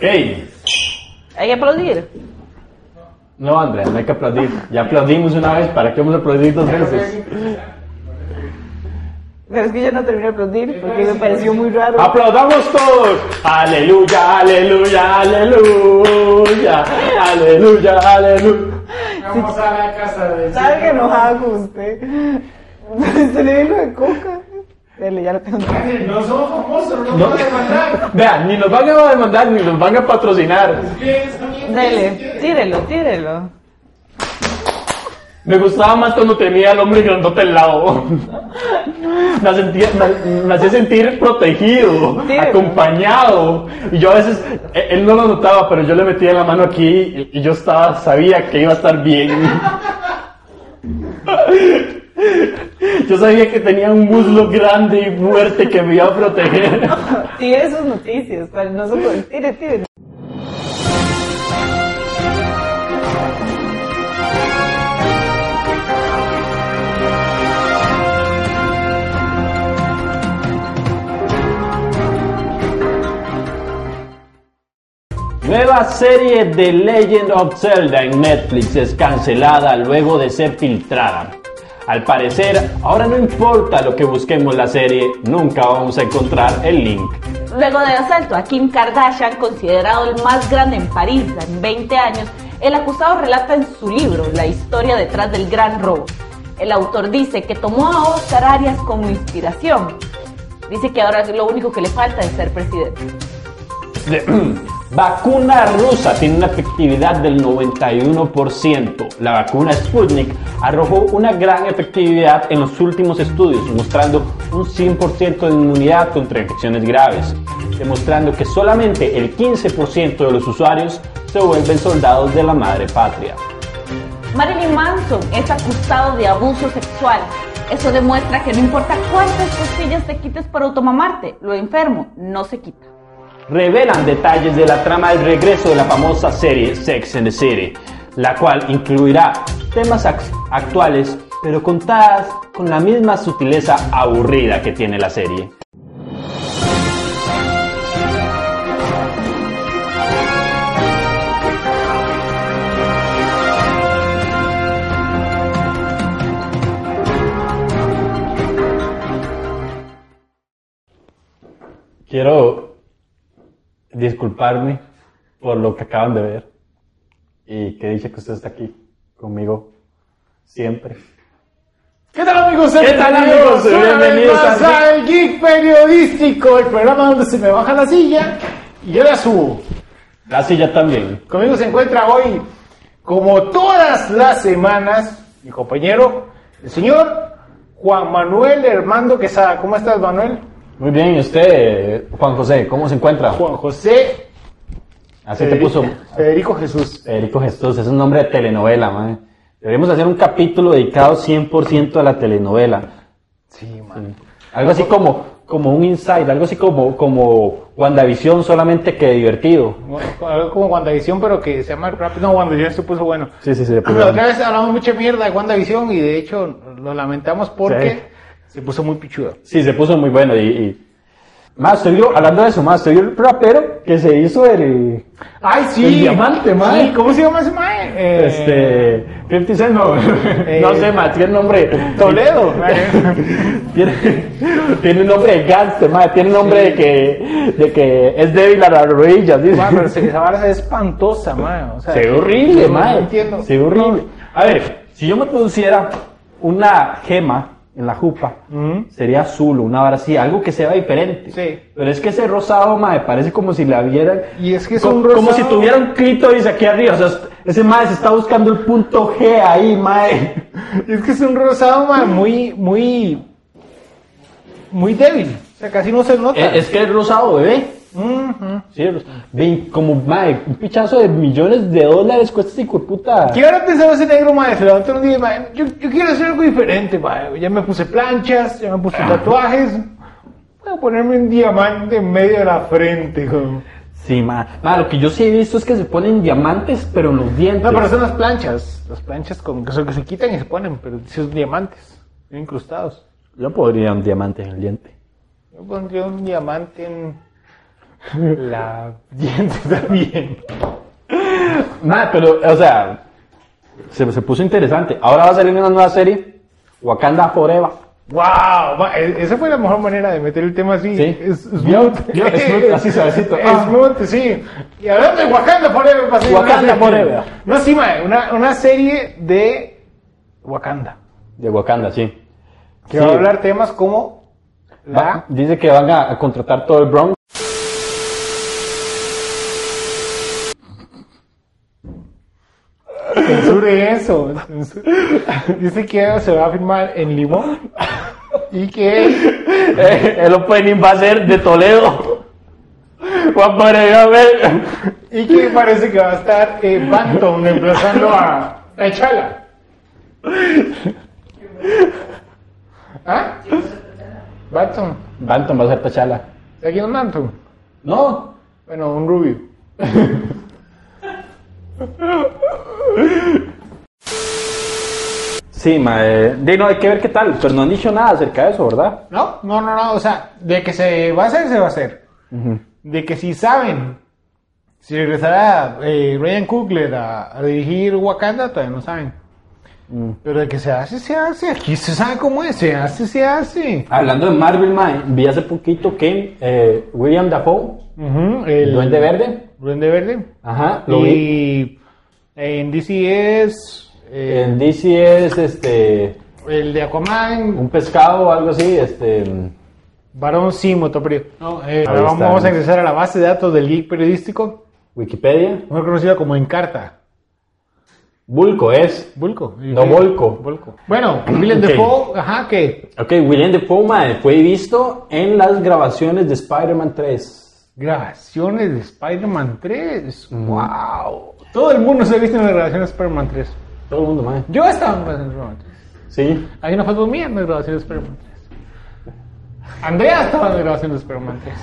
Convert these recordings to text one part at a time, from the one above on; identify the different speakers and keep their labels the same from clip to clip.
Speaker 1: Ei,
Speaker 2: Hay que aplaudir.
Speaker 1: no Andrea, no hay que aplaudir. Ya aplaudimos una vez, ¿para qué vamos a aplaudir dos veces?
Speaker 2: Pero es que yo no terminé de aplaudir porque me pareció muy raro.
Speaker 1: Ah, ¡Aplaudamos todos! ¡Aleluya, aleluya, aleluya! ¡Aleluya, aleluya!
Speaker 3: Vamos a la casa de.
Speaker 2: ¿Sabe que enojada con usted? Se le vino de coca. Dele, ya lo tengo.
Speaker 3: No somos famosos, no
Speaker 1: No.
Speaker 3: nos pueden mandar.
Speaker 1: Vean, ni nos van a demandar, ni nos van a patrocinar.
Speaker 3: ¿Qué es?
Speaker 2: Dele, tírelo, tírelo.
Speaker 1: Me gustaba más cuando tenía al hombre grandote al lado. Me, sentía- me- me hacía sentir protegido,
Speaker 2: Sí.
Speaker 1: acompañado. Y yo a veces, e- él no lo notaba, pero yo le metía la mano aquí y, y yo estaba, sabía que iba a estar bien. Yo sabía que tenía un muslo grande y fuerte que me iba a proteger.
Speaker 2: Tire sus noticias. para No se puede- Tire, tire.
Speaker 1: Nueva serie de Legend of Zelda en Netflix es cancelada luego de ser filtrada. Al parecer, ahora no importa lo que busquemos la serie, nunca vamos a encontrar el link.
Speaker 2: Luego del asalto a Kim Kardashian, considerado el más grande en París en 20 años, el acusado relata en su libro la historia detrás del gran robo. El autor dice que tomó a Oscar Arias como inspiración. Dice que ahora lo único que le falta es ser presidente.
Speaker 1: De- vacuna rusa tiene una efectividad del 91%. La vacuna Sputnik arrojó una gran efectividad en los últimos estudios, mostrando un 100% de inmunidad contra infecciones graves, demostrando que solamente el 15% de los usuarios se vuelven soldados de la madre patria.
Speaker 2: Marilyn Manson es acusado de abuso sexual. Eso demuestra que no importa cuántas costillas te quites para automamarte, lo enfermo no se quita.
Speaker 1: revelan detalles de la trama del regreso de la famosa serie Sex and the City, la cual incluirá temas ac- actuales, pero contadas con la misma sutileza aburrida que tiene la serie. Quiero disculparme por lo que acaban de ver y que dije que usted está aquí conmigo siempre.
Speaker 3: ¿Qué tal amigos? ¿Qué
Speaker 1: tal, amigos? Bienvenidos al
Speaker 3: al Geek Periodístico, el programa donde se me baja la silla y yo la subo.
Speaker 1: La silla Ah, también.
Speaker 3: Conmigo se encuentra hoy, como todas las semanas, mi compañero, el señor Juan Manuel Hermando Quesada. ¿Cómo estás, Manuel?
Speaker 1: Muy bien, ¿y usted, Juan José, cómo se encuentra?
Speaker 3: Juan José
Speaker 1: Así te puso
Speaker 3: Federico Jesús.
Speaker 1: Federico Jesús, es un nombre de telenovela, man. Deberíamos hacer un capítulo dedicado 100% a la telenovela.
Speaker 3: Sí, man.
Speaker 1: Algo así como, como un insight, algo así como, como WandaVision, solamente que divertido.
Speaker 3: Algo como WandaVision, pero que se llama rápido. No, WandaVision se puso bueno.
Speaker 1: Sí, sí, sí.
Speaker 3: La otra vez hablamos mucha mierda de WandaVision y de hecho lo lamentamos porque
Speaker 1: Sí.
Speaker 3: se puso muy pichudo.
Speaker 1: Sí, se puso muy bueno y... y- Más, se vio, hablando de eso, más, se vio el rapero que se hizo el...
Speaker 3: ¡Ay, sí!
Speaker 1: El diamante, mae.
Speaker 3: Sí, ¿Cómo se llama ese mae? Eh,
Speaker 1: Este... 50 Cent, no, no sé, más, tiene nombre...
Speaker 3: Toledo.
Speaker 1: tiene, tiene un nombre de gangster, madre, tiene un nombre de que, de que es débil a las rodillas, dice.
Speaker 3: Mae, pero se- esa vara es espantosa, mae. O sea,
Speaker 1: Se ve horrible,
Speaker 3: no
Speaker 1: madre.
Speaker 3: entiendo.
Speaker 1: Se ve horrible. A ver, si yo me produciera una gema en la jupa,
Speaker 3: Ujú.
Speaker 1: sería azul o una vara así, algo que se vea diferente.
Speaker 3: Sí.
Speaker 1: Pero es que ese rosado, madre, parece como si la vieran.
Speaker 3: Y es que es
Speaker 1: co-
Speaker 3: un
Speaker 1: Como
Speaker 3: rosado.
Speaker 1: si tuviera un clítoris aquí arriba. O sea, ese madre se está buscando el punto G ahí, madre.
Speaker 3: Es que es un rosado, mae,
Speaker 1: Mm.
Speaker 3: muy, muy, muy débil. O sea, casi no se nota.
Speaker 1: Eh, Es, es que es rosado, bebé.
Speaker 3: Ujú.
Speaker 1: Sí, los- vein- como mae, un pichazo de millones de dólares cuesta ese hijo de puta.
Speaker 3: ¿Qué habrá pensado ese negro, mae? Se levantó un día y, mae, yo, yo quiero hacer algo diferente, mae. Ya me puse planchas, ya me puse tatuajes. Voy a ponerme un diamante en medio de la frente, hijo.
Speaker 1: Sí, ma. Ma, lo que yo sí he visto es que se ponen diamantes, pero en los dientes.
Speaker 3: No, pero son las planchas. Las planchas con, que, se, que se quitan y se ponen, pero son diamantes, incrustados.
Speaker 1: Yo podría un diamante en el diente.
Speaker 3: Yo pondría un diamante en... La diente también.
Speaker 1: Nada, pero, o sea, se, se puso interesante. Ahora va a salir una nueva serie, Wakanda Forever.
Speaker 3: ¡Wow! ma, e- Esa fue la mejor manera de meter el tema así.
Speaker 1: Sí.
Speaker 3: Es,
Speaker 1: Yo- yo- smooth, así suavecito. Ah.
Speaker 3: Smooth, sí. Y hablando de Wakanda Forever, pasé una
Speaker 1: Wakanda
Speaker 3: serie.
Speaker 1: Forever.
Speaker 3: No, sí, ma, una, una serie de Wakanda.
Speaker 1: De Wakanda, sí. Sí.
Speaker 3: Que va a hablar temas como
Speaker 1: Va-
Speaker 3: la...
Speaker 1: dice que van a, a contratar todo el Bronx.
Speaker 3: Censure eso. Censure- Dice que se va a filmar en Limón. Y que...
Speaker 1: Eh, el opening va a ser de Toledo. Juan Forever, a ver.
Speaker 3: Y que parece que va a estar eh, Banton reemplazando a... A Chala. ¿Ah? Banton.
Speaker 1: Banton va a ser Tachala.
Speaker 3: ¿De aquí un Banton?
Speaker 1: No.
Speaker 3: Bueno, un rubio.
Speaker 1: Sí, ma, eh, de, no, hay que ver qué tal, pero no han dicho nada acerca de eso, ¿verdad?
Speaker 3: No, no, no, no. O sea, de que se va a hacer, se va a hacer. De que si saben si regresará eh, Ryan Coogler a, a dirigir Wakanda, todavía no saben.
Speaker 1: Mm.
Speaker 3: Pero de que se hace, se hace. Aquí se sabe cómo es. Se hace, se hace.
Speaker 1: Hablando de Marvel, ma, eh, vi hace poquito que eh, William Dafoe,
Speaker 3: Ujú,
Speaker 1: el
Speaker 3: el
Speaker 1: Duende Verde,
Speaker 3: Duende Verde.
Speaker 1: ajá, lo vi.
Speaker 3: y eh, en DC es eh,
Speaker 1: En DC es este,
Speaker 3: el de Aquaman.
Speaker 1: un pescado o algo así, este...
Speaker 3: Varón Simoto. pero- No, eh,
Speaker 1: Ahí
Speaker 3: ahora vamos,
Speaker 1: está.
Speaker 3: vamos a ingresar a la base de datos del geek periodístico,
Speaker 1: Wikipedia.
Speaker 3: mejor conocida como Encarta.
Speaker 1: Vulco es.
Speaker 3: Volco.
Speaker 1: No, Volco.
Speaker 3: Bueno, Willem
Speaker 1: Ok.
Speaker 3: Dafoe, ajá, que
Speaker 1: Ok, William Dafoe, ma, fue visto en las grabaciones de Spider-Man 3.
Speaker 3: grabaciones de Spider-Man 3. ¡Wow! Todo el mundo se ha visto en las grabaciones de Spider-Man 3.
Speaker 1: Todo el mundo, ma.
Speaker 3: Yo estaba en las grabaciones de Spider-Man 3.
Speaker 1: Sí.
Speaker 3: Hay una foto mía en las grabaciones de Spider-Man 3. Andrea estaba en las grabaciones de Spider-Man 3.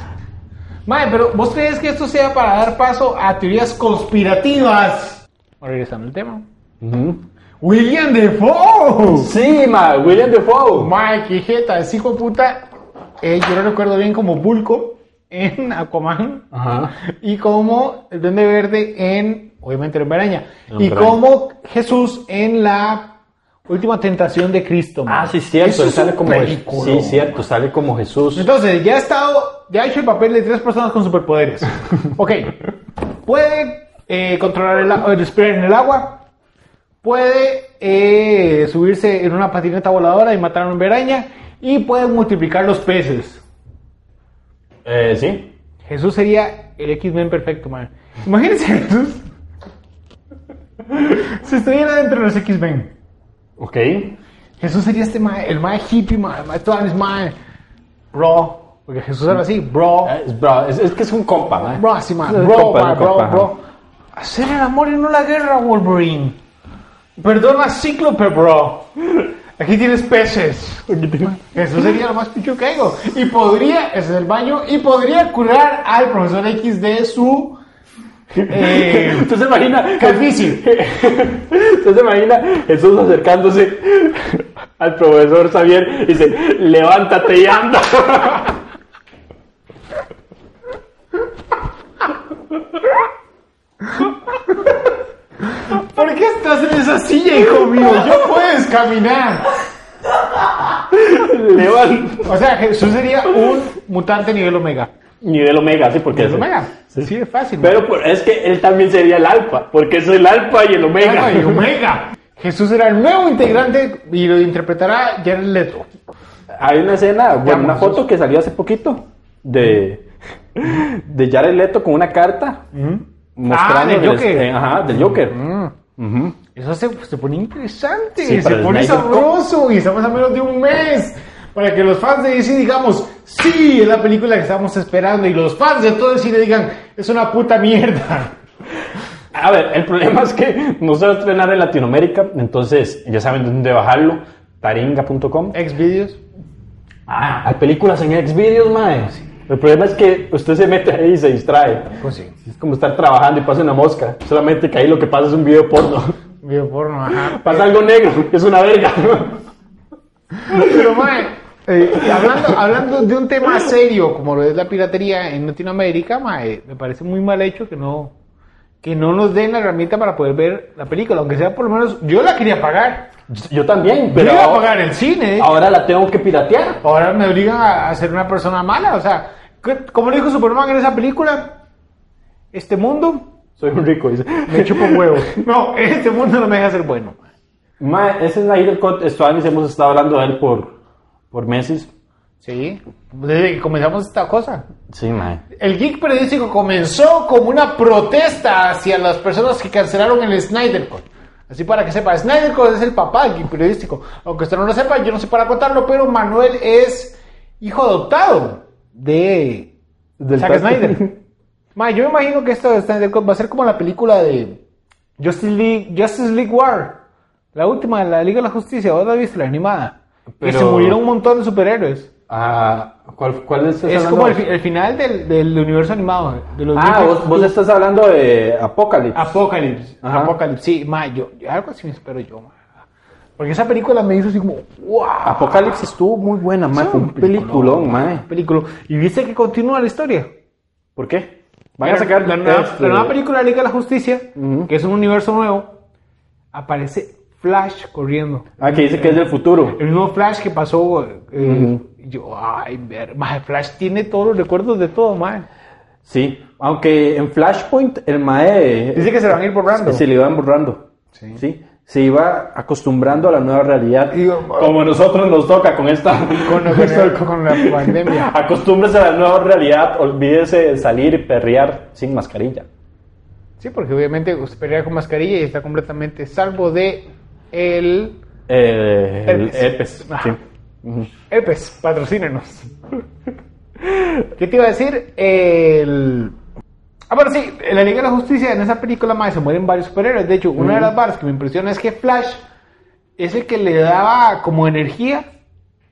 Speaker 3: Mae, pero ¿vos crees que esto sea para dar paso a teorías conspirativas? Regresando al tema.
Speaker 1: Ujú.
Speaker 3: ¡William Dafoe!
Speaker 1: Sí, ma, William Dafoe.
Speaker 3: Mae, qué jeta, ese hijo de puta. eh, yo lo recuerdo bien como Bulco en Aquaman
Speaker 1: Ajá.
Speaker 3: y como el Duende Verde en, obviamente, el Hombre Araña.
Speaker 1: El
Speaker 3: Y
Speaker 1: Hombre Araña.
Speaker 3: como Jesús en la última tentación de Cristo. mae.
Speaker 1: Ah, sí, cierto,
Speaker 3: Eso
Speaker 1: él
Speaker 3: es
Speaker 1: sale
Speaker 3: un
Speaker 1: como
Speaker 3: película.
Speaker 1: Sí, cierto, sale como Jesús.
Speaker 3: Entonces, ya ha estado, ya ha hecho el papel de tres personas con superpoderes. ok, puede eh, controlar el, agua- respirar en el agua, puede eh, subirse en una patineta voladora y matar a una veraña, y puede multiplicar los peces.
Speaker 1: Eh, sí.
Speaker 3: Jesús sería el X-Men perfecto, man. Imagínense a Jesús si estuviera dentro de los X-Men.
Speaker 1: Ok.
Speaker 3: Jesús sería este mae, el mae hippie, mae, el mae todo, es mae, bro, porque Jesús era así, bro.
Speaker 1: Ah, Es, bro, es, es que es un compa, ma.
Speaker 3: Bro, así, man.
Speaker 1: Es un
Speaker 3: Bro,
Speaker 1: compa,
Speaker 3: man,
Speaker 1: un
Speaker 3: bro,
Speaker 1: compa, ajá.
Speaker 3: bro. Hacer el amor y no la guerra, Wolverine. Perdona, cíclope, bro. Aquí tienes peces. Eso sería lo más picho que hago. Y podría, ese es el baño, y podría curar al profesor X de su. Eh,
Speaker 1: Entonces imagina.
Speaker 3: calvicie.
Speaker 1: Entonces imagina Jesús acercándose al profesor Xavier y dice, levántate y anda.
Speaker 3: ¿Por qué estás en esa silla, hijo mío? Yo puedes caminar.
Speaker 1: Levántate.
Speaker 3: O sea, Jesús sería un mutante nivel omega.
Speaker 1: Nivel omega, sí, porque...
Speaker 3: Nivel
Speaker 1: es-
Speaker 3: omega. Sí, es fácil.
Speaker 1: Pero por- es que él también sería el alfa, porque es el alfa y el omega.
Speaker 3: Alfa y Omega. Jesús era el nuevo integrante y lo interpretará Jared Leto.
Speaker 1: Hay una escena, bueno,
Speaker 3: Amo
Speaker 1: una
Speaker 3: a Jesús.
Speaker 1: foto que salió hace poquito de, de Jared Leto con una carta mostrando este,
Speaker 3: Ah, del Joker. Mm.
Speaker 1: ajá, del Joker. Ujú.
Speaker 3: Eso se, se pone interesante,
Speaker 1: Sí,
Speaker 3: se
Speaker 1: para el
Speaker 3: pone
Speaker 1: Snyder
Speaker 3: sabroso y estamos a menos de un mes para que los fans de DC digamos, sí, es la película que estamos esperando y los fans de todo el cine digan, es una puta mierda.
Speaker 1: A ver, el problema es que no se va a estrenar en Latinoamérica, entonces ya saben dónde bajarlo, taringa.com.
Speaker 3: Exvideos.
Speaker 1: Ah, hay películas en Xvideos, mae. El problema es que usted se mete ahí y se distrae.
Speaker 3: Pues sí.
Speaker 1: Es como estar trabajando y pasa una mosca, solamente que ahí lo que pasa es un video porno.
Speaker 3: Video porno, ajá.
Speaker 1: Pasa algo negro, es una verga.
Speaker 3: Pero, mae, Eh, y hablando, hablando de un tema serio como lo es la piratería en Latinoamérica, mae, me parece muy mal hecho que no que no nos den la herramienta para poder ver la película, aunque sea por lo menos yo la quería pagar.
Speaker 1: Yo también,
Speaker 3: Yo
Speaker 1: pero
Speaker 3: iba a
Speaker 1: ahora,
Speaker 3: pagar ¿eh? el cine.
Speaker 1: ahora la tengo que piratear.
Speaker 3: Ahora me obligan a, a ser una persona mala, o sea, que- como le dijo Superman en esa película, este mundo
Speaker 1: Soy un rico, dice.
Speaker 3: me chupa un huevo. No, este mundo no me deja ser bueno.
Speaker 1: Ma, ese es Nigel Cot Stoanis, hemos estado hablando de él por, por meses.
Speaker 3: Sí, desde que comenzamos esta cosa.
Speaker 1: Sí, ma.
Speaker 3: El geek periodístico comenzó como una protesta hacia las personas que cancelaron el Snyder Cut. Así para que sepa, Snyder Cut es el papá del geek periodístico. Aunque usted no lo sepa, yo no sé para contarlo, pero Manuel es hijo adoptado de
Speaker 1: Del
Speaker 3: Zack
Speaker 1: Tato.
Speaker 3: Snyder. Ma, yo me imagino que esto de Snyder Cut va a ser como la película de Justice League, Justice League War. La última, la Liga de la Justicia, ¿vos la viste? La animada. Que
Speaker 1: Pero-
Speaker 3: se murieron un montón de superhéroes.
Speaker 1: Ah, ¿cuál, ¿Cuál es
Speaker 3: Es como el, fi- el final del, del universo animado. De los
Speaker 1: Ah,
Speaker 3: New
Speaker 1: vos, vos estás hablando de Apocalypse.
Speaker 3: Ah, Apocalypse.
Speaker 1: Ajá.
Speaker 3: Apocalypse. Sí, ma, yo, yo- algo así me espero yo, ma. Porque esa película me hizo así como, wow.
Speaker 1: Apocalypse estuvo muy buena, ma. Fue un peliculón, ma.
Speaker 3: Película. Y viste que continúa la historia.
Speaker 1: ¿Por qué?
Speaker 3: Van a sacar la nueva,
Speaker 1: este,
Speaker 3: la nueva película de la Liga de la Justicia,
Speaker 1: Ujú.
Speaker 3: que es un universo nuevo. Aparece Flash corriendo.
Speaker 1: Ah, que dice que es del futuro.
Speaker 3: El mismo Flash que pasó. eh,
Speaker 1: Ujú.
Speaker 3: Yo, ay, ver, ma, Flash tiene todos los recuerdos de todo, ma.
Speaker 1: Sí. Aunque en Flashpoint el mae...
Speaker 3: Dice que se van a ir borrando.
Speaker 1: Se le iban borrando.
Speaker 3: Sí.
Speaker 1: Sí. Se iba acostumbrando a la nueva realidad.
Speaker 3: Y- uh,
Speaker 1: como a nosotros nos toca con esta...
Speaker 3: Con, con- con la pandemia.
Speaker 1: Acostúmbrese a la nueva realidad. Olvídese de salir y perrear sin mascarilla.
Speaker 3: Sí, porque obviamente usted pelea con mascarilla y está completamente salvo de el
Speaker 1: Eh, el
Speaker 3: Herpes.
Speaker 1: herpes. Sí.
Speaker 3: Ajá. herpes. Patrocínenos. ¿Qué te iba a decir? El... Ah, bueno, sí, en la Liga de la Justicia, en esa película, más se mueren varios superhéroes. De hecho, una de las barras que me impresiona es que Flash es el que le daba como energía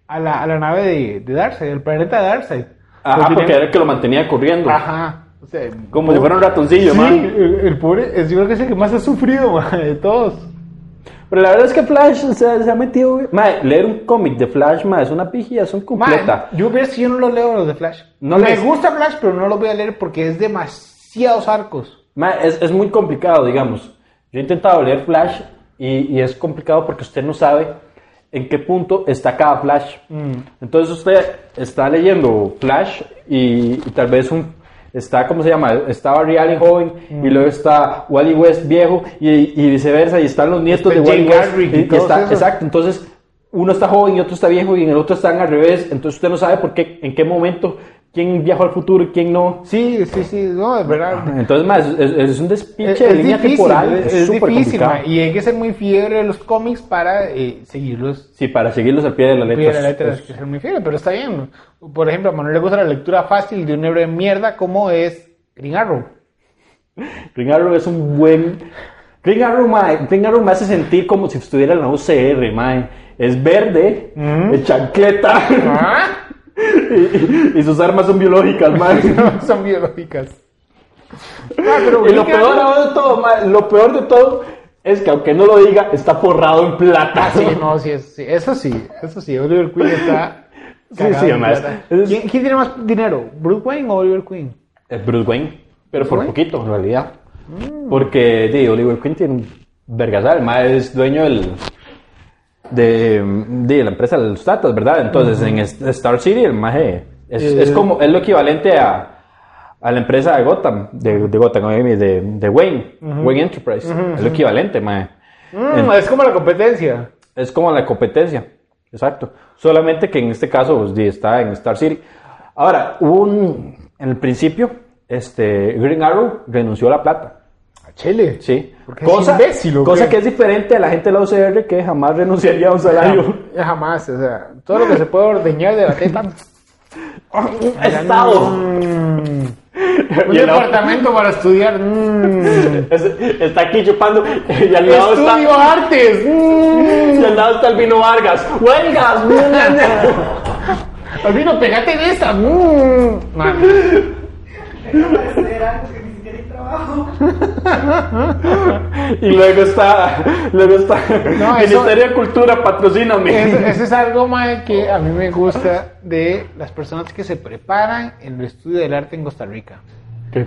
Speaker 3: a la, a la nave de, de Darkseid, al planeta de Darkseid.
Speaker 1: Ajá,
Speaker 3: Porque
Speaker 1: porque
Speaker 3: tenía-
Speaker 1: era el que lo mantenía corriendo.
Speaker 3: Ajá. O sea,
Speaker 1: Como si fuera un ratoncillo,
Speaker 3: Sí,
Speaker 1: man.
Speaker 3: el, el pobre, es- yo creo que es el que más ha sufrido, man, de todos.
Speaker 1: Pero la verdad es que Flash o sea, se, ha metido. Mae, leer un cómic de Flash, mae, es una pijilla, es un
Speaker 3: Ma,
Speaker 1: completa.
Speaker 3: yo ves yo no los leo los de Flash.
Speaker 1: No
Speaker 3: me
Speaker 1: lees.
Speaker 3: gusta Flash, pero no los voy a leer porque es demasiados arcos.
Speaker 1: Mae, es, es muy complicado, digamos. Yo he intentado leer Flash y, y es complicado porque usted no sabe en qué punto está cada Flash.
Speaker 3: Mm.
Speaker 1: Entonces usted está leyendo Flash y, y tal vez un. Está, ¿cómo se llama? Está Barry Allen joven
Speaker 3: Mm.
Speaker 1: y luego está Wally West viejo y, y viceversa y están los nietos
Speaker 3: Está
Speaker 1: de Wally
Speaker 3: Jay
Speaker 1: West.
Speaker 3: Garrick y
Speaker 1: y- y
Speaker 3: todos
Speaker 1: está-
Speaker 3: esos.
Speaker 1: exacto, entonces uno está joven y otro está viejo y en el otro están al revés. Entonces usted no sabe por qué, en qué momento, quién viajó al futuro y quién no.
Speaker 3: Sí, sí, sí, no, es verdad.
Speaker 1: Entonces, ma, es, es- es un despiche
Speaker 3: Es,
Speaker 1: de
Speaker 3: es
Speaker 1: línea
Speaker 3: difícil,
Speaker 1: temporal.
Speaker 3: es,
Speaker 1: Es,
Speaker 3: es
Speaker 1: súper
Speaker 3: difícil,
Speaker 1: complicado.
Speaker 3: ma, y hay que ser muy fiebre de los cómics para eh, seguirlos.
Speaker 1: Sí, para seguirlos al pie de la
Speaker 3: Al
Speaker 1: letra.
Speaker 3: pie de la letra,
Speaker 1: es-
Speaker 3: hay que ser muy fiebre, pero está bien. Por ejemplo, a Manuel le gusta la lectura fácil de un héroe de mierda como es Green Arrow.
Speaker 1: Green Arrow es un buen. Green Arrow, ma, Green Arrow me hace sentir como si estuviera en la UCR, ma. Es verde, es chancleta
Speaker 3: ¿Ah?
Speaker 1: y, y sus armas son biológicas, ma.
Speaker 3: No, son biológicas. Ah, pero
Speaker 1: Y lo
Speaker 3: Green
Speaker 1: peor
Speaker 3: Arrow-
Speaker 1: de todo, ma, lo peor de todo es que aunque no lo diga, está forrado en plata.
Speaker 3: Ah, sí, no, sí, eso sí, eso sí, eso sí, Oliver Queen está.
Speaker 1: Sí,
Speaker 3: cagado
Speaker 1: sí,
Speaker 3: en
Speaker 1: además,
Speaker 3: plata.
Speaker 1: es-
Speaker 3: ¿Quién, quién tiene más dinero, Bruce Wayne o Oliver Queen?
Speaker 1: Es Bruce Wayne, pero por
Speaker 3: Wayne? Mm.
Speaker 1: poquito, en realidad. Porque, di, Oliver Queen tiene un vergasal, más es dueño del, de, de la empresa de los datos, ¿verdad? Entonces, en est- Star City, el maje es,
Speaker 3: Eh.
Speaker 1: es como, es lo equivalente a, a la empresa de Gotham, de, de Gotham, eh, de, de Wayne, Wayne Enterprise, es lo equivalente, maje.
Speaker 3: Mm, es como la competencia.
Speaker 1: Es como la competencia, exacto. Solamente que en este caso pues, di, está en Star City. Ahora, hubo un, en el principio, este, Green Arrow renunció a la plata.
Speaker 3: A Chile.
Speaker 1: Sí.
Speaker 3: Porque es imbécil, ¿o
Speaker 1: cosa
Speaker 3: qué?
Speaker 1: que es diferente a la gente de la OCR que jamás renunciaría a un salario.
Speaker 3: Jam- Ah, Jamás, o sea, todo lo que se puede ordeñar de la teta. Ah,
Speaker 1: Estado.
Speaker 3: Mm, un
Speaker 1: Y el lado-
Speaker 3: departamento para estudiar. mm.
Speaker 1: es- está aquí chupando. Y al lado está,
Speaker 3: Estudio artes. mm.
Speaker 1: y al lado está el vino Vargas. ¡Huelgas!
Speaker 3: Albino, pegate de esta. mm. Man,
Speaker 4: Era algo que ni siquiera trabajo.
Speaker 1: Y luego está, luego está,
Speaker 3: No, eso-
Speaker 1: Ministerio de Cultura, patrocíname.
Speaker 3: Eso, eso es algo, mae, que a mí me gusta de las personas que se preparan en el estudio del arte en Costa Rica.
Speaker 1: ¿Qué?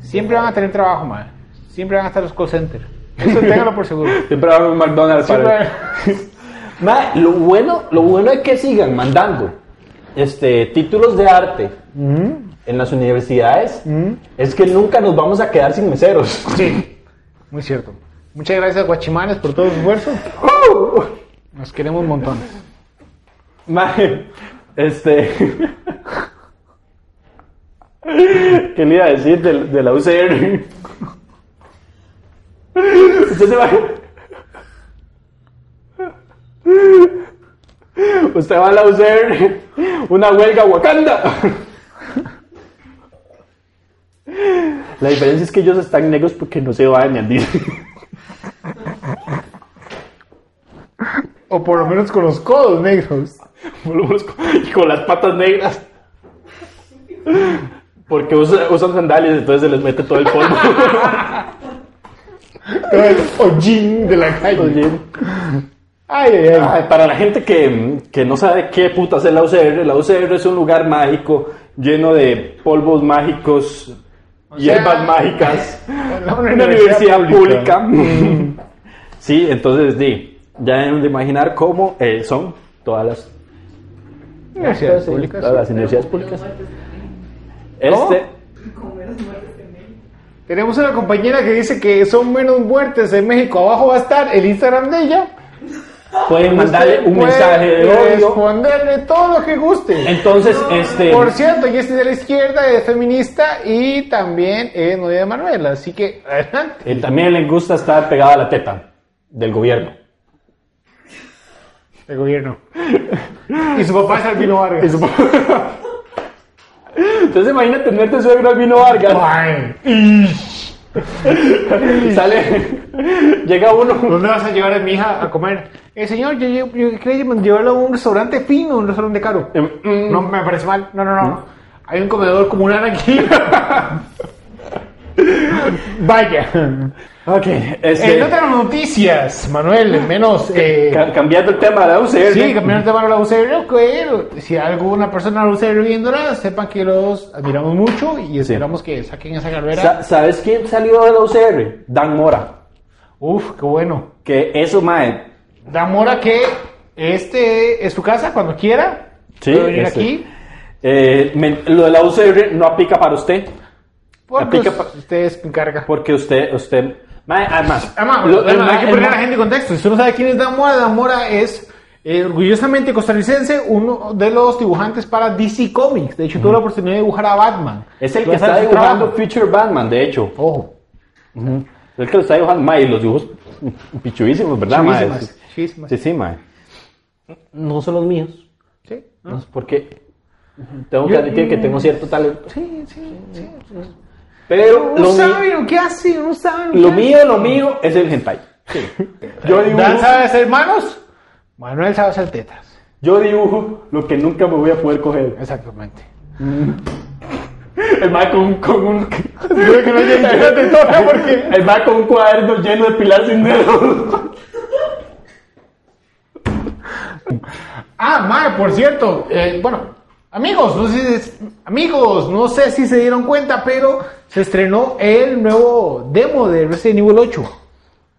Speaker 3: Siempre van a tener trabajo, mae. Siempre van a estar los call centers. Eso téngalo por seguro.
Speaker 1: Siempre va a haber un McDonald's para-
Speaker 3: Siempre-
Speaker 1: Mae, lo bueno, lo bueno es que sigan mandando este títulos de arte
Speaker 3: Mm,
Speaker 1: en las universidades. Es que nunca nos vamos a quedar sin meseros.
Speaker 3: Sí, muy cierto. Muchas gracias, Guachimanes, por todo su esfuerzo. Nos queremos montones.
Speaker 1: Mae, este. ¿Qué le iba a decir de, de la UCR? Usted se va. Usted va a la UCR. Una huelga a Wakanda. La diferencia es que ellos están negros porque no se van al día.
Speaker 3: O por lo menos con los codos negros.
Speaker 1: y con las patas negras. Porque usa- usan sandalias, entonces se les mete todo el polvo.
Speaker 3: Todo el hollín de la calle.
Speaker 1: Oye,
Speaker 3: Ay, ay, ay.
Speaker 1: ay, para la gente que, que no sabe qué putas es la UCR, la UCR es un lugar mágico lleno de polvos mágicos,
Speaker 3: sea,
Speaker 1: hierbas mágicas,
Speaker 3: la
Speaker 1: una universidad, pública. Mm. sí, entonces di, ya deben de imaginar cómo eh, son todas las
Speaker 3: Universidades públicas.
Speaker 1: todas las universidades públicas.
Speaker 3: ¿Cómo?
Speaker 1: Este,
Speaker 3: Tenemos una compañera que dice que son menos muertes en México. Abajo va a estar el Instagram de ella. Pues
Speaker 1: pueden mandarle
Speaker 3: Usted
Speaker 1: un
Speaker 3: puede
Speaker 1: mensaje
Speaker 3: pues,
Speaker 1: de odio.
Speaker 3: Responderle todo lo que guste.
Speaker 1: Entonces, este.
Speaker 3: Por cierto, yo estoy de la izquierda, es feminista y también es novia de Manuel. Así que, adelante.
Speaker 1: Eh, también les gusta estar pegada a la teta del gobierno.
Speaker 3: El gobierno. Y su papá es Albino Vargas.
Speaker 1: Eso- Entonces imagina tenerte suegro Albino Vargas.
Speaker 3: Ay,
Speaker 1: Sale, llega uno.
Speaker 3: ¿Dónde vas a llevar a mi hija a comer? Eh, señor, yo, yo, yo quería llev- llevarla a un restaurante fino, un restaurante caro.
Speaker 1: Mm, mm.
Speaker 3: No, me parece mal. No, no, no. Hay un comedor comunal aquí. Vaya.
Speaker 1: Ok, este,
Speaker 3: En otras noticias, Manuel, menos... eh,
Speaker 1: ca- cambiando el tema de la UCR.
Speaker 3: Sí, campeones de barro la UCR, que si alguna persona de la UCR viéndola, sepan que los admiramos mucho y esperamos que saquen esa carrera.
Speaker 1: Sa- ¿Sabes quién salió de la UCR? Dan Mora.
Speaker 3: Uf, qué bueno.
Speaker 1: Que eso, mae.
Speaker 3: Damora que este es su casa cuando quiera.
Speaker 1: Sí,
Speaker 3: Puede venir
Speaker 1: este.
Speaker 3: aquí.
Speaker 1: eh, men- lo de la UCR no aplica para usted.
Speaker 3: Porque
Speaker 1: pica pa-
Speaker 3: Pues, usted es mi carga.
Speaker 1: Porque usted, usted. Mae, además.
Speaker 3: Además,
Speaker 1: lo- el
Speaker 3: además,
Speaker 1: mae-
Speaker 3: hay que
Speaker 1: el
Speaker 3: poner a
Speaker 1: mae-
Speaker 3: la gente en contexto. Si usted no sabe quién es Damora, Damora es eh, orgullosamente costarricense, uno de los dibujantes para DC Comics. De hecho, tuvo la oportunidad de dibujar a Batman.
Speaker 1: Es el
Speaker 3: Lo
Speaker 1: que
Speaker 3: hace
Speaker 1: está
Speaker 3: su
Speaker 1: dibujando
Speaker 3: trabajo.
Speaker 1: Future Batman, de hecho.
Speaker 3: Ojo.
Speaker 1: Es que lo está dibujando, mae, y los dibujos pichuísimos, ¿verdad, mae?
Speaker 3: Chivísimas, chivísimas.
Speaker 1: Sí, sí, mae. No son los míos.
Speaker 3: Sí.
Speaker 1: No sé por qué. Tengo que admitir que tengo cierto talento.
Speaker 3: Sí, sí, sí.
Speaker 1: Pero
Speaker 3: No
Speaker 1: lo,
Speaker 3: sabe
Speaker 1: mío,
Speaker 3: lo que hace, no sabe
Speaker 1: lo
Speaker 3: que
Speaker 1: mío, lo mío es el hentai. Yo
Speaker 3: hace. Dan
Speaker 1: dibujo,
Speaker 3: sabe hacer manos, Manuel sabe hacer tetas.
Speaker 1: yo dibujo lo que nunca me voy a poder coger.
Speaker 3: Exactamente.
Speaker 1: El mae con, con un...
Speaker 3: que no haya dicho la tetona, porque-
Speaker 1: El mae con un cuaderno lleno de pilas sin dedos.
Speaker 3: Ah, Mar, por cierto, eh, bueno, amigos, no sé, si- amigos, no sé si se dieron cuenta, pero se estrenó el nuevo demo de Resident Evil 8.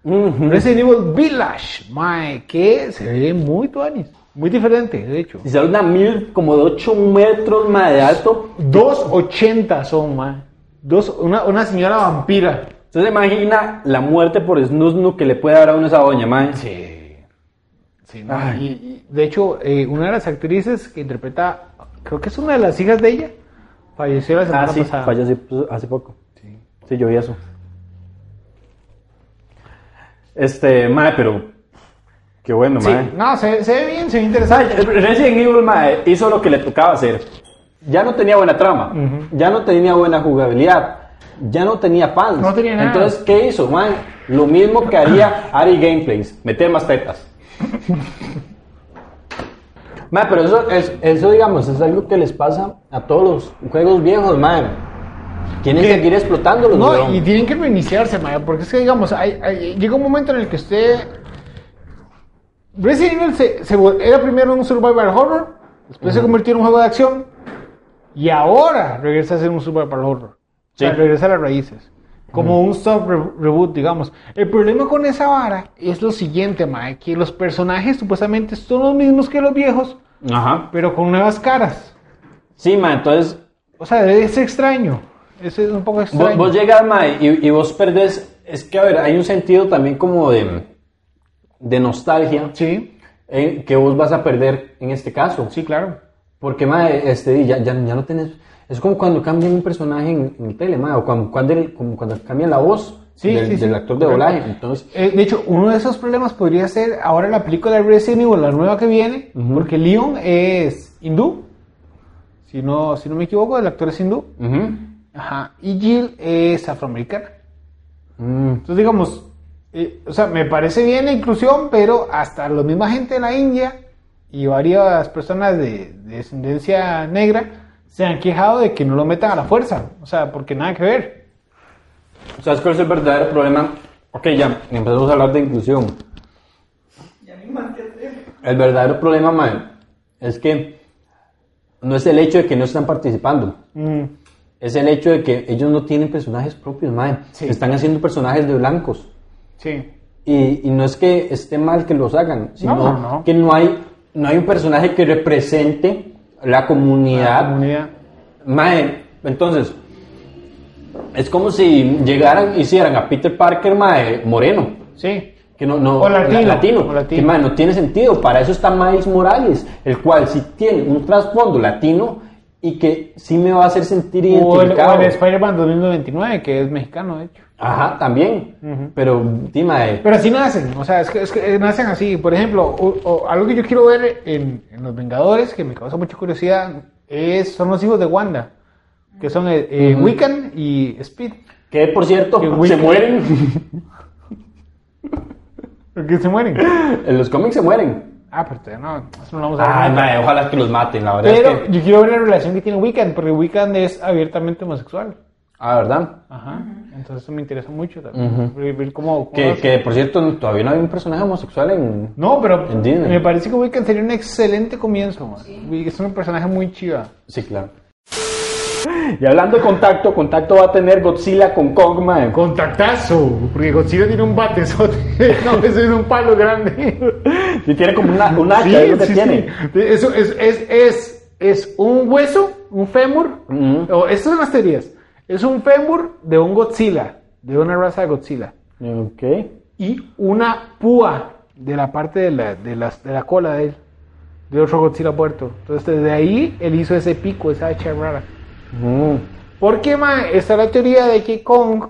Speaker 3: Resident Evil Village, mae, que se ve muy tuanis, muy diferente, de hecho.
Speaker 1: Y sale una mil como de 8 metros, mae, de alto.
Speaker 3: 2.80 son, mae. Dos, una, una señora vampira.
Speaker 1: Entonces imagina la muerte por snusnu que le puede dar a una esa doña, mae.
Speaker 3: Sí. Sí, no, y- y, de hecho, eh, una de las actrices que interpreta, creo que es una de las hijas de ella, falleció la semana
Speaker 1: Ah, sí,
Speaker 3: pasada.
Speaker 1: falleció hace, pues, hace poco. Sí. yo vi eso. Este, mae, pero... Qué bueno,
Speaker 3: Sí,
Speaker 1: mae.
Speaker 3: no, se, se ve bien, se ve
Speaker 1: Ay,
Speaker 3: interesante.
Speaker 1: eh, Resident Evil, mae, hizo lo que le tocaba hacer. Ya no tenía buena trama, ya no tenía buena jugabilidad, ya no tenía fans.
Speaker 3: No tenía nada.
Speaker 1: Entonces, ¿qué hizo, mae? Lo mismo que haría Ari Gameplays, meter más tetas. Mae, pero eso, es- eso, digamos, es algo que les pasa a todos los juegos viejos, mae. Tienen
Speaker 3: que-
Speaker 1: que seguir explotándolos,
Speaker 3: No,
Speaker 1: weón.
Speaker 3: y tienen que reiniciarse, Maya, porque es que, digamos, hay- hay- llega un momento en el que usted... Resident Evil se, se vol- era primero un survival horror, después se convirtió en un juego de acción, y ahora regresa a ser un survival horror. O sea,
Speaker 1: Sí.
Speaker 3: regresa a las raíces. Como un soft re- reboot, digamos. El problema con esa vara es lo siguiente, Mae, que los personajes supuestamente son los mismos que los viejos,
Speaker 1: Ajá.
Speaker 3: pero con nuevas caras.
Speaker 1: Sí, ma, entonces
Speaker 3: O sea, es extraño. Es es un poco
Speaker 1: Vos,
Speaker 3: extraño.
Speaker 1: vos llegas, mae, y, y vos perdés. Es que, a ver, hay un sentido también como de, de nostalgia
Speaker 3: Sí,
Speaker 1: eh, que vos vas a perder en este caso.
Speaker 3: sí, claro.
Speaker 1: Porque, mae, este, ya, ya, ya no tenés. Es como cuando cambian un personaje en, en tele, mae, o cuando, cuando, el- como cuando cambian la voz
Speaker 3: Sí,
Speaker 1: del,
Speaker 3: sí, sí,
Speaker 1: del actor de
Speaker 3: correcto.
Speaker 1: doblaje. Entonces,
Speaker 3: Eh, de hecho, uno de esos problemas podría ser ahora la película de Resident Evil, la nueva que viene, porque Leon es hindú. Si no, si no me equivoco, el actor es hindú.
Speaker 1: ujú.
Speaker 3: Ajá. Y Jill es afroamericana.
Speaker 1: Mm,
Speaker 3: Entonces, digamos, eh, o sea, me parece bien la inclusión, pero hasta la misma gente de la India y varias personas de, de descendencia negra se han quejado de que no lo metan a la fuerza. O sea, porque nada que ver.
Speaker 1: ¿Sabes cuál es el verdadero problema? Ok, ya, empezamos a hablar de inclusión. El verdadero problema, mae, es que no es el hecho de que no están participando.
Speaker 3: Mm,
Speaker 1: Es el hecho de que ellos no tienen personajes propios, mae.
Speaker 3: Sí.
Speaker 1: Están haciendo personajes de blancos.
Speaker 3: sí.
Speaker 1: Y, y no es que esté mal que los hagan, sino
Speaker 3: no, no.
Speaker 1: que no hay, no hay un personaje que represente la comunidad.
Speaker 3: La comunidad.
Speaker 1: Mae, entonces, es como si llegaran, hicieran a Peter Parker, mae, moreno.
Speaker 3: Sí.
Speaker 1: Que no, no,
Speaker 3: O latino,
Speaker 1: la-
Speaker 3: o latino.
Speaker 1: Que, mae, no tiene sentido. Para eso está Miles Morales, el cual sí tiene un trasfondo latino y que sí me va a hacer sentir
Speaker 3: O el,
Speaker 1: identificado.
Speaker 3: o el Spider-Man 2099, que es mexicano, de hecho.
Speaker 1: Ajá, también. Pero, di, mae,
Speaker 3: Pero así nacen, o sea, es que, es que nacen así. Por ejemplo, o- o algo que yo quiero ver en, en Los Vengadores, que me causa mucha curiosidad, es, son los hijos de Wanda, que son eh, eh, Wiccan y Speed.
Speaker 1: que por cierto,
Speaker 3: Qué
Speaker 1: se
Speaker 3: wicked.
Speaker 1: mueren.
Speaker 3: Que se mueren.
Speaker 1: En los cómics se mueren.
Speaker 3: Ah, pero todavía no, eso no lo vamos a ver.
Speaker 1: Ay,
Speaker 3: nunca.
Speaker 1: mae, ojalá que los maten, la verdad
Speaker 3: pero
Speaker 1: Ah, es que.
Speaker 3: yo quiero ver la relación que tiene Wiccan, porque Wiccan es abiertamente homosexual.
Speaker 1: Ah, ¿verdad?
Speaker 3: Ajá. Entonces eso me interesa mucho también. Ver- ver cómo- cómo
Speaker 1: Que,
Speaker 3: hace.
Speaker 1: que, por cierto, no- todavía no hay un personaje homosexual en.
Speaker 3: No, pero
Speaker 1: En Disney.
Speaker 3: me parece que Wiccan sería un excelente comienzo. man. Wiccan Es un personaje muy chiva.
Speaker 1: Sí, claro. Y hablando de contacto, contacto va a tener Godzilla con eh. Kong, mae.
Speaker 3: Contactazo, porque Godzilla tiene un batezote. No, eso es un palo grande.
Speaker 1: Y tiene como una, un hacha,
Speaker 3: Sí,
Speaker 1: es lo que
Speaker 3: sí,
Speaker 1: tiene.
Speaker 3: sí. Eso es, es, es, es un hueso, un fémur.
Speaker 1: Ujú.
Speaker 3: o estas son las teorías. Es un fémur de un Godzilla, de una raza de Godzilla.
Speaker 1: Ok.
Speaker 3: Y una púa de la parte de la, de las- de la cola de él, de otro Godzilla muerto. Entonces, desde ahí él hizo ese pico, esa hacha rara.
Speaker 1: Mm.
Speaker 3: Porque ma, está la teoría de que Kong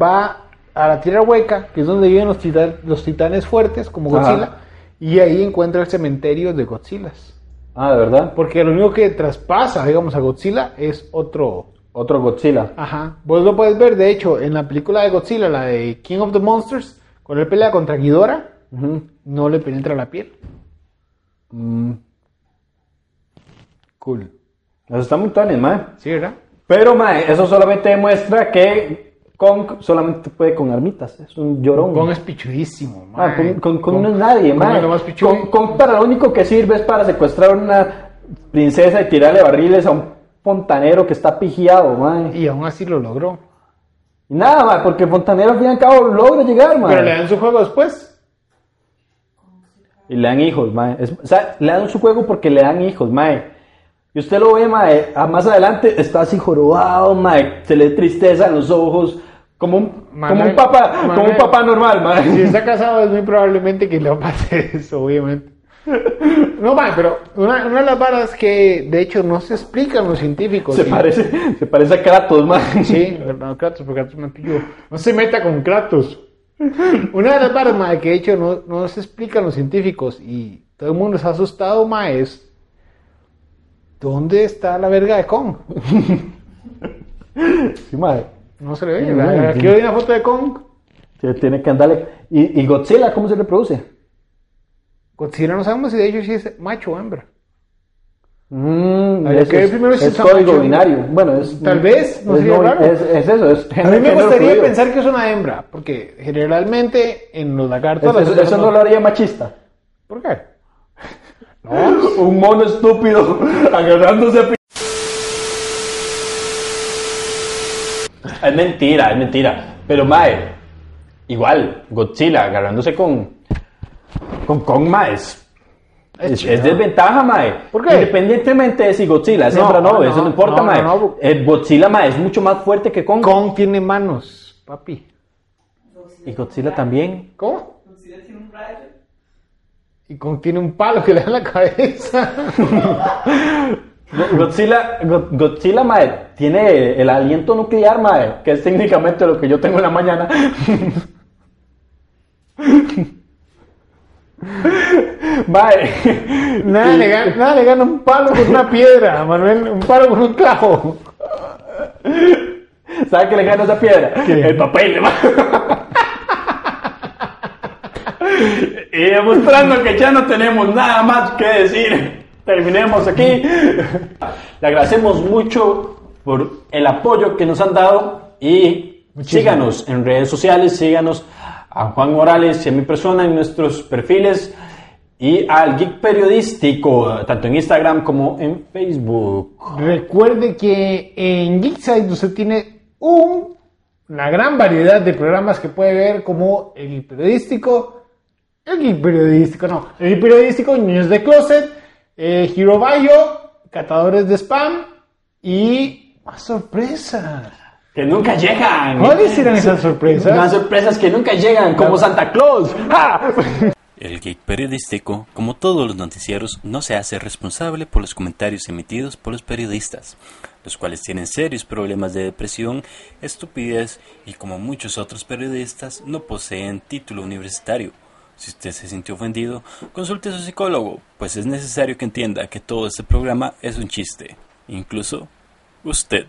Speaker 3: va a la tierra hueca, que es donde viven los, tita- los titanes fuertes, como
Speaker 1: Ajá.
Speaker 3: Godzilla, y ahí encuentra el cementerio de Godzillas.
Speaker 1: Ah, de verdad.
Speaker 3: Porque lo único que traspasa, digamos, a Godzilla es otro.
Speaker 1: Otro Godzilla.
Speaker 3: Ajá. Vos lo puedes ver, de hecho, en la película de Godzilla, la de King of the Monsters, cuando él pelea contra Ghidorah,
Speaker 1: Ujú.
Speaker 3: no le penetra la piel.
Speaker 1: Mm.
Speaker 3: Cool.
Speaker 1: Eso está muy tuanes, mae.
Speaker 3: ¿Sí, verdad?
Speaker 1: Pero, mae, eso solamente demuestra que Kong solamente puede con armitas. Es un llorón.
Speaker 3: Kong es pichudísimo,
Speaker 1: Ah,
Speaker 3: mae.
Speaker 1: con, con, con
Speaker 3: Kong-
Speaker 1: no es nadie,
Speaker 3: Kong
Speaker 1: mae.
Speaker 3: es lo más pichudo.
Speaker 1: Con- con para lo único que sirve es para secuestrar a una princesa y tirarle barriles a un fontanero que está pigiado, mae.
Speaker 3: Y aún así lo logró.
Speaker 1: Y nada, mae, porque el fontanero al fin y al cabo logra llegar, mae.
Speaker 3: Pero le dan su juego después.
Speaker 1: Y le dan hijos, mae. Es- o sea, le dan su juego porque le dan hijos, mae. Y usted lo ve, mae, a- más adelante está así jorobado, mae. Se le da tristeza en los ojos. Como un, como
Speaker 3: Manuel-
Speaker 1: un papá, como un
Speaker 3: Manuel.
Speaker 1: papá normal, mae.
Speaker 3: Si está casado es muy probablemente que le pase eso, obviamente. No, mae, pero una, una de las varas que de hecho no se explican los científicos.
Speaker 1: Se
Speaker 3: y-
Speaker 1: parece, se parece a Kratos, mae.
Speaker 3: Sí, no, Kratos, porque Kratos me pilló. No se meta con Kratos. Una de las varas, mae, que de hecho no, no se explican los científicos y todo el mundo está asustado, mae, es... ¿Dónde está la verga de Kong?
Speaker 1: Sí, mae.
Speaker 3: No se le ve.
Speaker 1: Sí,
Speaker 3: la-
Speaker 1: mae,
Speaker 3: Aquí
Speaker 1: sí.
Speaker 3: hay una foto de Kong.
Speaker 1: Se tiene que andarle. ¿Y, y Godzilla cómo se reproduce?
Speaker 3: Godzilla no sabemos si de hecho sí es macho o hembra.
Speaker 4: Mm,
Speaker 3: Ay,
Speaker 4: eso
Speaker 3: que
Speaker 4: es,
Speaker 3: primero se
Speaker 4: es
Speaker 3: llama
Speaker 4: código
Speaker 3: chon.
Speaker 4: binario. Bueno, es.
Speaker 3: Tal vez, no
Speaker 4: es,
Speaker 3: sería raro.
Speaker 4: es, es eso, es
Speaker 3: A mí me
Speaker 4: género
Speaker 3: gustaría
Speaker 4: fluido.
Speaker 3: pensar que es una hembra, porque generalmente en los
Speaker 4: Es-
Speaker 3: lagartos...
Speaker 4: es-
Speaker 3: las
Speaker 4: Eso,
Speaker 3: hembras
Speaker 4: no
Speaker 3: son-
Speaker 4: lo haría machista.
Speaker 3: ¿Por qué?
Speaker 4: Un mono estúpido agarrándose a
Speaker 1: Es mentira, es mentira. Pero, mae, igual, Godzilla agarrándose con. con Kong, mae. Es, es, es desventaja, mae.
Speaker 3: ¿Por qué?
Speaker 1: Independientemente de si Godzilla es
Speaker 3: No,
Speaker 1: hembra o no,
Speaker 3: no,
Speaker 1: eso no importa,
Speaker 3: no,
Speaker 1: mae.
Speaker 3: no, no.
Speaker 1: Eh, Godzilla, mae, es mucho más fuerte que Kong.
Speaker 3: Kong tiene manos, papi.
Speaker 1: Y Godzilla también.
Speaker 3: ¿Cómo? Y Kong tiene un palo que le da en la cabeza.
Speaker 1: Go- Godzilla, Go- Godzilla, mae, tiene el aliento nuclear, mae, que es técnicamente lo que yo tengo en la mañana. mae,
Speaker 3: Nada le, gana, nada le gana un palo con una piedra, Manuel. Un palo con un clavo.
Speaker 1: ¿Sabe qué le gana esa piedra?
Speaker 3: ¿Qué?
Speaker 1: El papel, ma. y demostrando que ya no tenemos nada más que decir, terminemos aquí. Le agradecemos mucho por el apoyo que nos han dado y síganos en redes sociales, síganos a Juan Morales y a mi persona en nuestros perfiles y al Geek Periodístico, tanto en Instagram como en Facebook.
Speaker 3: Recuerde que en Geekside usted tiene un- una gran variedad de programas que puede ver como el periodístico, el Geek periodístico, no, el Geek periodístico, Niños de Closet, eh, Hero Bio, Catadores de Spam y más sorpresas.
Speaker 1: Que nunca llegan.
Speaker 3: ¿Cuáles eran esas
Speaker 1: Unas
Speaker 3: sorpresas?
Speaker 1: sorpresas que nunca llegan, como Santa Claus. ¡Ja!
Speaker 5: El Geek Periodístico, como todos los noticieros, no se hace responsable por los comentarios emitidos por los periodistas, los cuales tienen serios problemas de depresión, estupidez y como muchos otros periodistas no poseen título universitario. Si usted se sintió ofendido, consulte a su psicólogo, pues es necesario que entienda que todo este programa es un chiste, incluso usted.